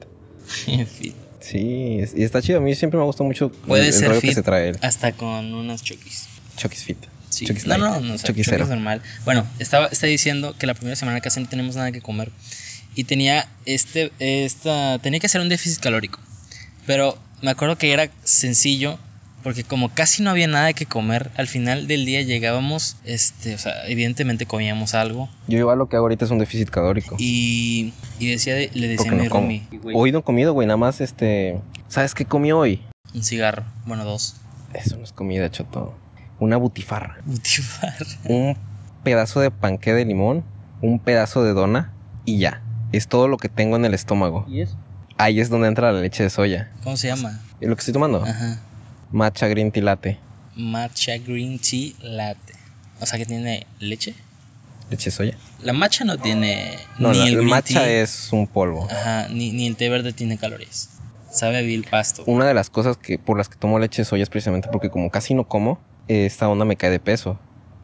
[SPEAKER 2] En fin,
[SPEAKER 3] Sí, es- y está chido. A mí siempre me gusta mucho el-
[SPEAKER 2] Puede
[SPEAKER 3] el,
[SPEAKER 2] ser
[SPEAKER 3] rollo
[SPEAKER 2] fit.
[SPEAKER 3] que se trae el
[SPEAKER 2] hasta con unas chokis.
[SPEAKER 3] Chokis Fit.
[SPEAKER 2] Sí.
[SPEAKER 3] Chokis
[SPEAKER 2] no,
[SPEAKER 3] light,
[SPEAKER 2] no, no, o sea,
[SPEAKER 3] Chokis
[SPEAKER 2] Chokis
[SPEAKER 3] cero.
[SPEAKER 2] normal. Bueno, estaba está diciendo que la primera semana casi no tenemos nada que comer y tenía este esta tenía que hacer un déficit calórico. Pero me acuerdo que era sencillo porque como casi no había nada que comer, al final del día llegábamos, este, o sea, evidentemente comíamos algo
[SPEAKER 3] Yo igual lo que hago ahorita es un déficit calórico.
[SPEAKER 2] y, y decía de- le decía a
[SPEAKER 3] Porque
[SPEAKER 2] mi
[SPEAKER 3] no como.
[SPEAKER 2] roomie,
[SPEAKER 3] Hoy no he comido, güey. Nada más, este... ¿Sabes qué comí hoy?
[SPEAKER 2] un cigarro, bueno, dos.
[SPEAKER 3] Eso no es comida, choto. Una butifarra.
[SPEAKER 2] Motivar.
[SPEAKER 3] Un pedazo de panqué de limón. Un pedazo de dona. Y ya. Es todo lo que tengo en el estómago.
[SPEAKER 1] ¿Y eso?
[SPEAKER 3] Ahí es donde entra la leche de soya.
[SPEAKER 2] ¿Cómo se llama?
[SPEAKER 3] ¿Y lo que estoy tomando?
[SPEAKER 2] Ajá.
[SPEAKER 3] Matcha green tea latte.
[SPEAKER 2] Matcha Green Tea Latte. O sea que tiene leche.
[SPEAKER 3] Leche de soya.
[SPEAKER 2] La matcha no tiene
[SPEAKER 3] No,
[SPEAKER 2] ni
[SPEAKER 3] la-
[SPEAKER 2] el
[SPEAKER 3] el
[SPEAKER 2] green
[SPEAKER 3] matcha
[SPEAKER 2] tea,
[SPEAKER 3] es un polvo.
[SPEAKER 2] Ajá, ni, ni el té verde tiene calorías. Sabe a vil pasto.
[SPEAKER 3] Una de las cosas que por las que tomo leche de soya es precisamente porque como casi no como, eh, esta onda me cae de peso.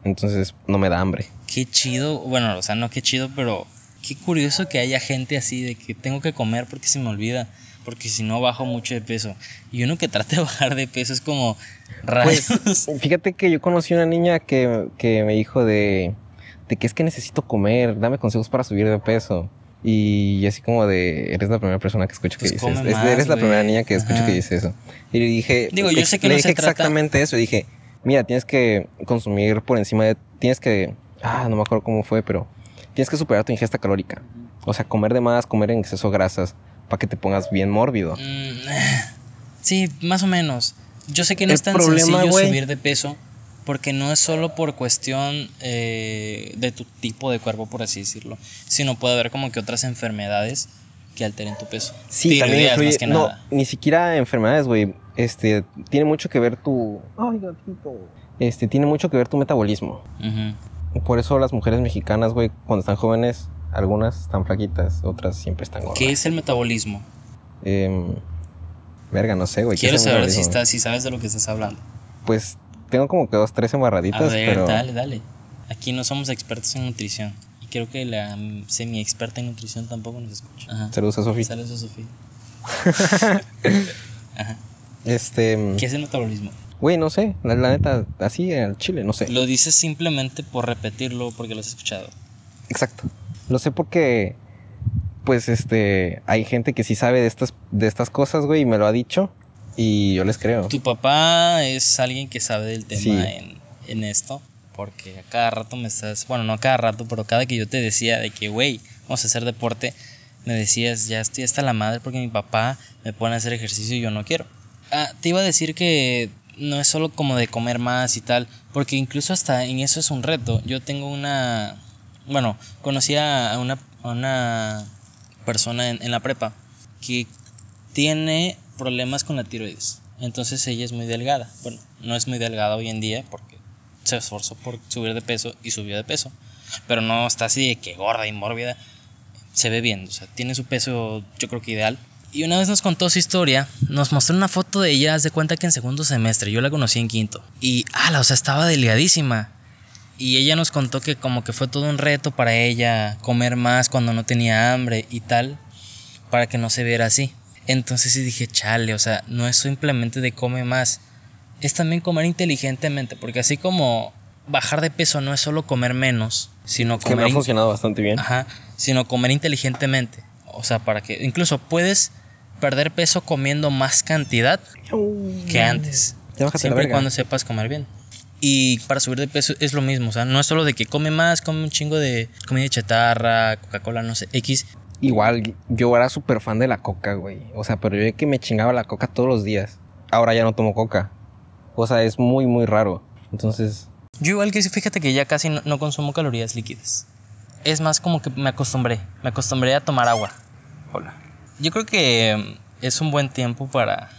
[SPEAKER 3] Entonces no me da hambre.
[SPEAKER 2] Qué chido, bueno, o sea, no qué chido, pero qué curioso que haya gente así de que tengo que comer porque se me olvida, porque si no bajo mucho de peso. Y uno que trate de bajar de peso es como raro.
[SPEAKER 3] Pues fíjate que yo conocí una niña que, que me dijo de, de que es que necesito comer, dame consejos para subir de peso. Y así como de, eres la primera persona que escucho
[SPEAKER 2] Pues
[SPEAKER 3] que dice
[SPEAKER 2] come
[SPEAKER 3] eso. Es-
[SPEAKER 2] más,
[SPEAKER 3] eres la
[SPEAKER 2] güey.
[SPEAKER 3] primera niña que escucho
[SPEAKER 2] Ajá.
[SPEAKER 3] que dice eso. Y le dije,
[SPEAKER 2] Digo, yo
[SPEAKER 3] ex-
[SPEAKER 2] sé que
[SPEAKER 3] le
[SPEAKER 2] no
[SPEAKER 3] dije
[SPEAKER 2] se trata-
[SPEAKER 3] exactamente eso. Dije, mira, tienes que consumir por encima de, tienes que, ah, no me acuerdo cómo fue, pero tienes que superar tu ingesta calórica. O sea, comer de más, comer en exceso grasas, para que te pongas bien mórbido.
[SPEAKER 2] Mm, sí, más o menos. Yo sé que no
[SPEAKER 3] El
[SPEAKER 2] es tan
[SPEAKER 3] problema,
[SPEAKER 2] sencillo
[SPEAKER 3] güey.
[SPEAKER 2] subir de peso porque no es solo por cuestión eh, de tu tipo de cuerpo, por así decirlo, sino puede haber como que otras enfermedades que alteren tu peso.
[SPEAKER 3] Sí,
[SPEAKER 2] Tiroideas,
[SPEAKER 3] también influye-
[SPEAKER 2] más que
[SPEAKER 3] no,
[SPEAKER 2] nada.
[SPEAKER 3] ni siquiera enfermedades, güey. Este, tiene mucho que ver tu. Ay, gatito. Este, tiene mucho que ver tu metabolismo.
[SPEAKER 2] Ujú.
[SPEAKER 3] Por eso las mujeres mexicanas, güey, cuando están jóvenes, algunas están flaquitas, otras siempre están gordas.
[SPEAKER 2] ¿Qué es el metabolismo?
[SPEAKER 3] Em, verga, no sé, güey. ¿qué
[SPEAKER 2] Quiero
[SPEAKER 3] es el
[SPEAKER 2] saber si,
[SPEAKER 3] metabolismo?
[SPEAKER 2] estás, si sabes de lo que estás hablando.
[SPEAKER 3] Pues tengo como que dos, tres embarraditas,
[SPEAKER 2] A ver,
[SPEAKER 3] pero.
[SPEAKER 2] dale, dale. Aquí no somos expertos en nutrición. Y creo que la mm, semi-experta en nutrición tampoco nos escucha. Ajá.
[SPEAKER 3] Saludos a Sofi.
[SPEAKER 2] Saludos a Sofía.
[SPEAKER 3] Este. em,
[SPEAKER 2] ¿Qué es el metabolismo?
[SPEAKER 3] Güey, no sé. La, la neta, así al chile, no sé.
[SPEAKER 2] Lo dices simplemente por repetirlo porque lo has escuchado.
[SPEAKER 3] Exacto. Lo sé porque, pues, este, hay gente que sí sabe de estas, de estas cosas, güey, y me lo ha dicho, y yo les creo.
[SPEAKER 2] Tu papá es alguien que sabe del tema
[SPEAKER 3] Sí.
[SPEAKER 2] en, en esto, porque a cada rato me estás, bueno, no a cada rato, pero cada que yo te decía de que, güey, vamos a hacer deporte, me decías, ya estoy hasta la madre porque mi papá me pone a hacer ejercicio y yo no quiero. Ah, te iba a decir que no es solo como de comer más y tal, porque incluso hasta en eso es un reto. Yo tengo una, bueno, conocí a una, a una persona en, en la prepa que tiene problemas con la tiroides. Entonces ella es muy delgada. Bueno, no es muy delgada hoy en día porque se esforzó por subir de peso y subió de peso. Pero no está así de que gorda y mórbida. Se ve bien, o sea, tiene su peso yo creo que ideal. Y una vez nos contó su historia, nos mostró una foto de ella, haz de cuenta que en segundo semestre, yo la conocí en quinto. Y, ala, o sea, estaba delgadísima. Y ella nos contó que como que fue todo un reto para ella comer más cuando no tenía hambre y tal, para que no se viera así. Entonces sí dije, chale, o sea, no es simplemente de come más, es también comer inteligentemente, porque así como bajar de peso no es solo comer menos, sino
[SPEAKER 3] Que me
[SPEAKER 2] comer,
[SPEAKER 3] ha
[SPEAKER 2] in-
[SPEAKER 3] funcionado bastante bien.
[SPEAKER 2] ajá, sino comer inteligentemente. O sea, para que incluso puedes perder peso comiendo más cantidad que antes.
[SPEAKER 3] Ya bájate la
[SPEAKER 2] Siempre y
[SPEAKER 3] verga.
[SPEAKER 2] cuando sepas comer bien. Y para subir de peso es lo mismo, o sea, no es solo de que come más, come un chingo de comida chatarra, Coca-Cola, no sé, X.
[SPEAKER 3] Igual, yo era súper fan de la coca, güey. O sea, pero yo de que me chingaba la coca todos los días. Ahora ya no tomo coca. O sea, es muy, muy raro. Entonces,
[SPEAKER 2] Yo igual que sí, fíjate que ya casi no, no consumo calorías líquidas. Es más como que me acostumbré, me acostumbré a tomar agua. Hola. Yo creo que mm, es un buen tiempo para...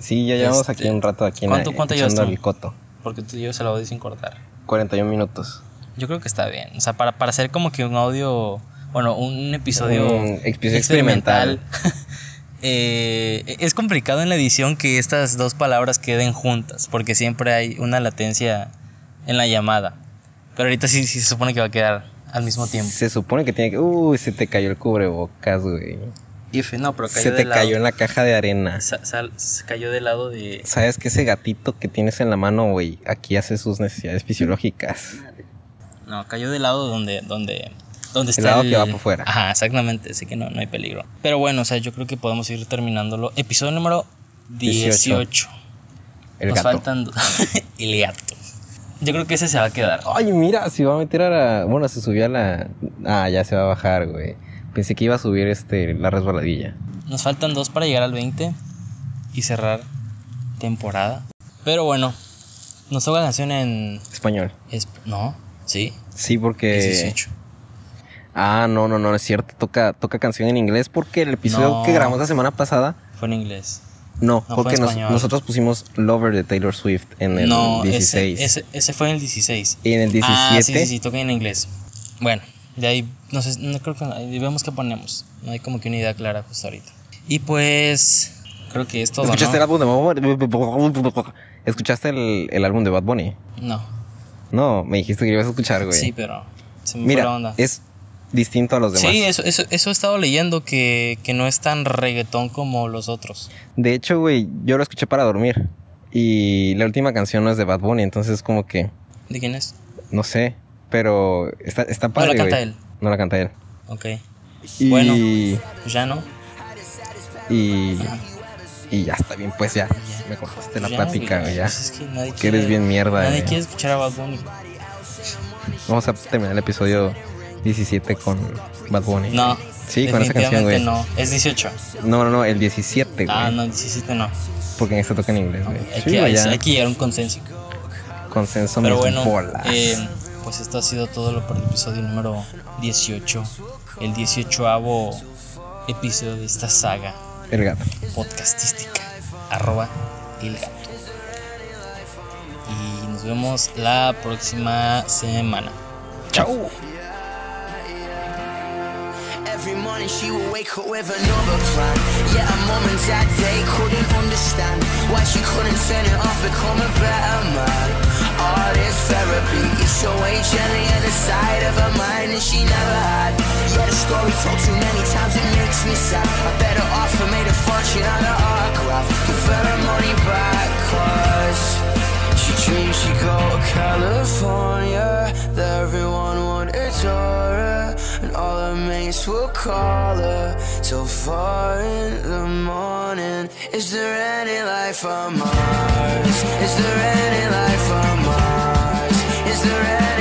[SPEAKER 3] sí, ya llevamos
[SPEAKER 2] Este,
[SPEAKER 3] aquí un rato aquí en
[SPEAKER 2] ¿cuánto-
[SPEAKER 3] la-
[SPEAKER 2] cuánto llevas
[SPEAKER 3] echando
[SPEAKER 2] tú?
[SPEAKER 3] el coto.
[SPEAKER 2] Porque tú y yo se lo doy sin cortar.
[SPEAKER 3] 41 minutos.
[SPEAKER 2] Yo creo que está bien. O sea, para, para hacer como que un audio, bueno, un episodio
[SPEAKER 3] Un episodio experimental.
[SPEAKER 2] Eh, es complicado en la edición que estas dos palabras queden juntas, porque siempre hay una latencia en la llamada. Pero ahorita sí, sí se supone que va a quedar al mismo tiempo.
[SPEAKER 3] Se supone que tiene que... Uy, se te cayó el cubrebocas, güey.
[SPEAKER 2] Ife, no, pero
[SPEAKER 3] Se te cayó en la caja de arena.
[SPEAKER 2] Sa- sal- se cayó del lado de...
[SPEAKER 3] ¿Sabes que ese gatito que tienes en la mano, güey? Aquí hace sus necesidades fisiológicas.
[SPEAKER 2] No, cayó del lado donde... donde donde
[SPEAKER 3] El
[SPEAKER 2] está
[SPEAKER 3] lado que va por fuera.
[SPEAKER 2] Ajá, exactamente, así que no, no hay peligro. Pero bueno, o sea, yo creo que podemos ir terminándolo. Episodio número
[SPEAKER 3] 18.
[SPEAKER 2] 18.
[SPEAKER 3] El
[SPEAKER 2] Nos
[SPEAKER 3] gato.
[SPEAKER 2] faltan... do- el gato. Yo creo que ese se va a quedar.
[SPEAKER 3] Ay, mira, se va a meter a la... Bueno, se subió a la... Ah, ya se va a bajar, güey. Pensé que iba a subir este la resbaladilla.
[SPEAKER 2] Nos faltan dos para llegar al 20 y cerrar temporada. Pero bueno, nos toca canción en.
[SPEAKER 3] Español.
[SPEAKER 2] es- no, sí,
[SPEAKER 3] Sí, porque...
[SPEAKER 2] 18.
[SPEAKER 3] Ah, no, no, no, es cierto. Toca, toca canción en inglés porque el episodio
[SPEAKER 2] No.
[SPEAKER 3] que grabamos la semana pasada...
[SPEAKER 2] Fue en inglés.
[SPEAKER 3] No,
[SPEAKER 2] No, fue
[SPEAKER 3] porque
[SPEAKER 2] en
[SPEAKER 3] nos-
[SPEAKER 2] español.
[SPEAKER 3] nosotros pusimos Lover de Taylor Swift en el
[SPEAKER 2] no, ese-
[SPEAKER 3] 16.
[SPEAKER 2] Ese, ese fue en el 16.
[SPEAKER 3] Y en el 17...
[SPEAKER 2] Ah, sí, sí, sí, toca en inglés. Bueno, de ahí, no sé, no creo que. ahí Vemos qué ponemos. No hay como que una idea clara justo ahorita. Y pues. Creo que es todo.
[SPEAKER 3] ¿Escuchaste el
[SPEAKER 2] ¿no?
[SPEAKER 3] álbum de Bad Bunny? ¿Escuchaste el, el álbum de Bad Bunny?
[SPEAKER 2] No,
[SPEAKER 3] No, me dijiste que lo ibas a escuchar, güey.
[SPEAKER 2] sí, pero. Se me fue la
[SPEAKER 3] Mira,
[SPEAKER 2] onda.
[SPEAKER 3] es distinto a los demás.
[SPEAKER 2] Sí, eso, eso, eso he estado leyendo que, que no es tan reggaetón como los otros.
[SPEAKER 3] De hecho, güey, yo lo escuché para dormir. Y la última canción no es de Bad Bunny, entonces como que,
[SPEAKER 2] ¿De quién es?
[SPEAKER 3] no sé, pero está, está
[SPEAKER 2] No
[SPEAKER 3] padre,
[SPEAKER 2] la canta
[SPEAKER 3] güey.
[SPEAKER 2] él.
[SPEAKER 3] No la canta él.
[SPEAKER 2] Ok.
[SPEAKER 3] Y,
[SPEAKER 2] Bueno. Ya no.
[SPEAKER 3] y, y ya está bien, pues ya. Me cortaste la
[SPEAKER 2] Ya,
[SPEAKER 3] plática, güey, ya.
[SPEAKER 2] Pues es que nadie
[SPEAKER 3] Que eres bien eh. mierda,
[SPEAKER 2] Nadie
[SPEAKER 3] güey.
[SPEAKER 2] quiere escuchar a Bad Bunny.
[SPEAKER 3] Vamos a terminar el episodio 17 con Bad Bunny.
[SPEAKER 2] No.
[SPEAKER 3] Sí, con esa canción,
[SPEAKER 2] definitivamente
[SPEAKER 3] güey.
[SPEAKER 2] no. Es 18.
[SPEAKER 3] No, no, no, el 17, güey.
[SPEAKER 2] Ah, no, 17 no.
[SPEAKER 3] Porque en esta toca en inglés, güey.
[SPEAKER 2] Hay,
[SPEAKER 3] Sí,
[SPEAKER 2] que,
[SPEAKER 3] güey,
[SPEAKER 2] hay,
[SPEAKER 3] ya.
[SPEAKER 2] hay que llegar a un consenso.
[SPEAKER 3] Consenso
[SPEAKER 2] Pero
[SPEAKER 3] mis
[SPEAKER 2] bueno,
[SPEAKER 3] bolas.
[SPEAKER 2] eh, pues esto ha sido todo lo por el episodio número 18. El 18avo episodio de esta saga
[SPEAKER 3] El gato.
[SPEAKER 2] podcastística arroba el gato y nos vemos la próxima semana chao
[SPEAKER 4] Every morning she would wake up with another plan. Yeah, her mom and dad, they couldn't understand why she couldn't turn it off, become a better man. All this therapy is so gently on the side of her mind that she never had. Yeah, the story told too many times, it makes me sad. I better off I made a fortune on her autograph. Give her her money back, cause she dreamed she'd go to California. There everyone would adore her, and all her mates would call her till four in the morning. Is there any life on Mars? Is there any life on Mars? Is there any